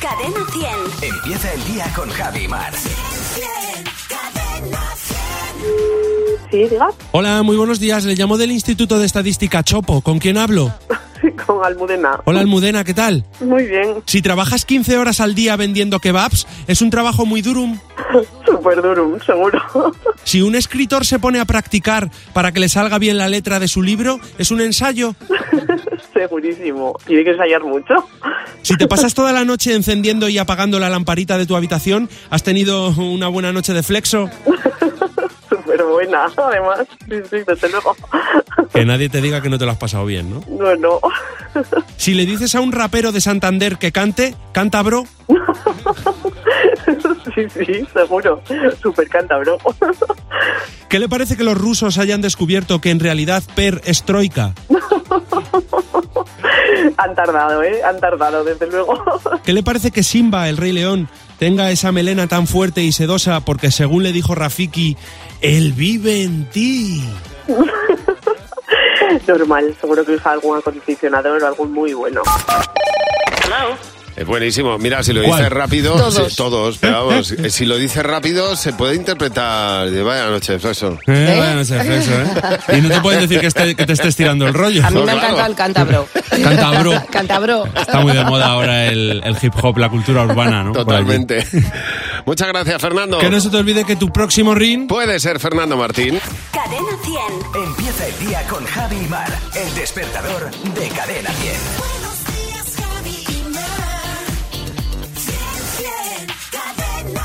Cadena 100. Empieza el día con Javi Mar. Sí, diga. Hola, muy buenos días. Le llamo del Instituto de Estadística Chopo. ¿Con quién hablo? Con Almudena. Hola, Almudena, ¿qué tal? Muy bien. Si trabajas 15 horas al día vendiendo kebabs, es un trabajo muy duro. Super duro, seguro. Si un escritor se pone a practicar para que le salga bien la letra de su libro, es un ensayo. Segurísimo. Tiene que ensayar mucho. Si te pasas toda la noche encendiendo y apagando la lamparita de tu habitación, has tenido una buena noche de flexo. Súper buena, además. Sí, sí, desde luego. Que nadie te diga que no te lo has pasado bien, ¿no? No, no. Si le dices a un rapero de Santander que cante, canta bro, Sí, sí, seguro. Súper cántabro. ¿qué le parece que los rusos hayan descubierto que en realidad Per es troika? Han tardado, ¿eh? Han tardado, desde luego. ¿Qué le parece que Simba, el Rey León, tenga esa melena tan fuerte y sedosa porque según le dijo Rafiki, él vive en ti? Normal, seguro que usa algún acondicionador o algún muy bueno. Es buenísimo. Mira, si lo ¿Cuál? dices rápido, sí, todos. Todos. pero vamos, eh, si lo dices rápido, se puede interpretar de vaya noche, eso. Eh, bueno, se hace eso, ¿eh? Y no te pueden decir que, esté- que te estés tirando el rollo. A mí No, me ha claro. encantado el cántabro. Cántabro. cántabro. Está muy de moda ahora el, el hip hop, la cultura urbana, ¿no? Por allí. Totalmente. Muchas gracias, Fernando. Que no se te olvide que tu próximo ring Puede ser Fernando Martín. Cadena 100. Empieza el día con Javi Mar. El despertador de Cadena 10. Buenos días, Javi y Mar. Bien, bien, cadena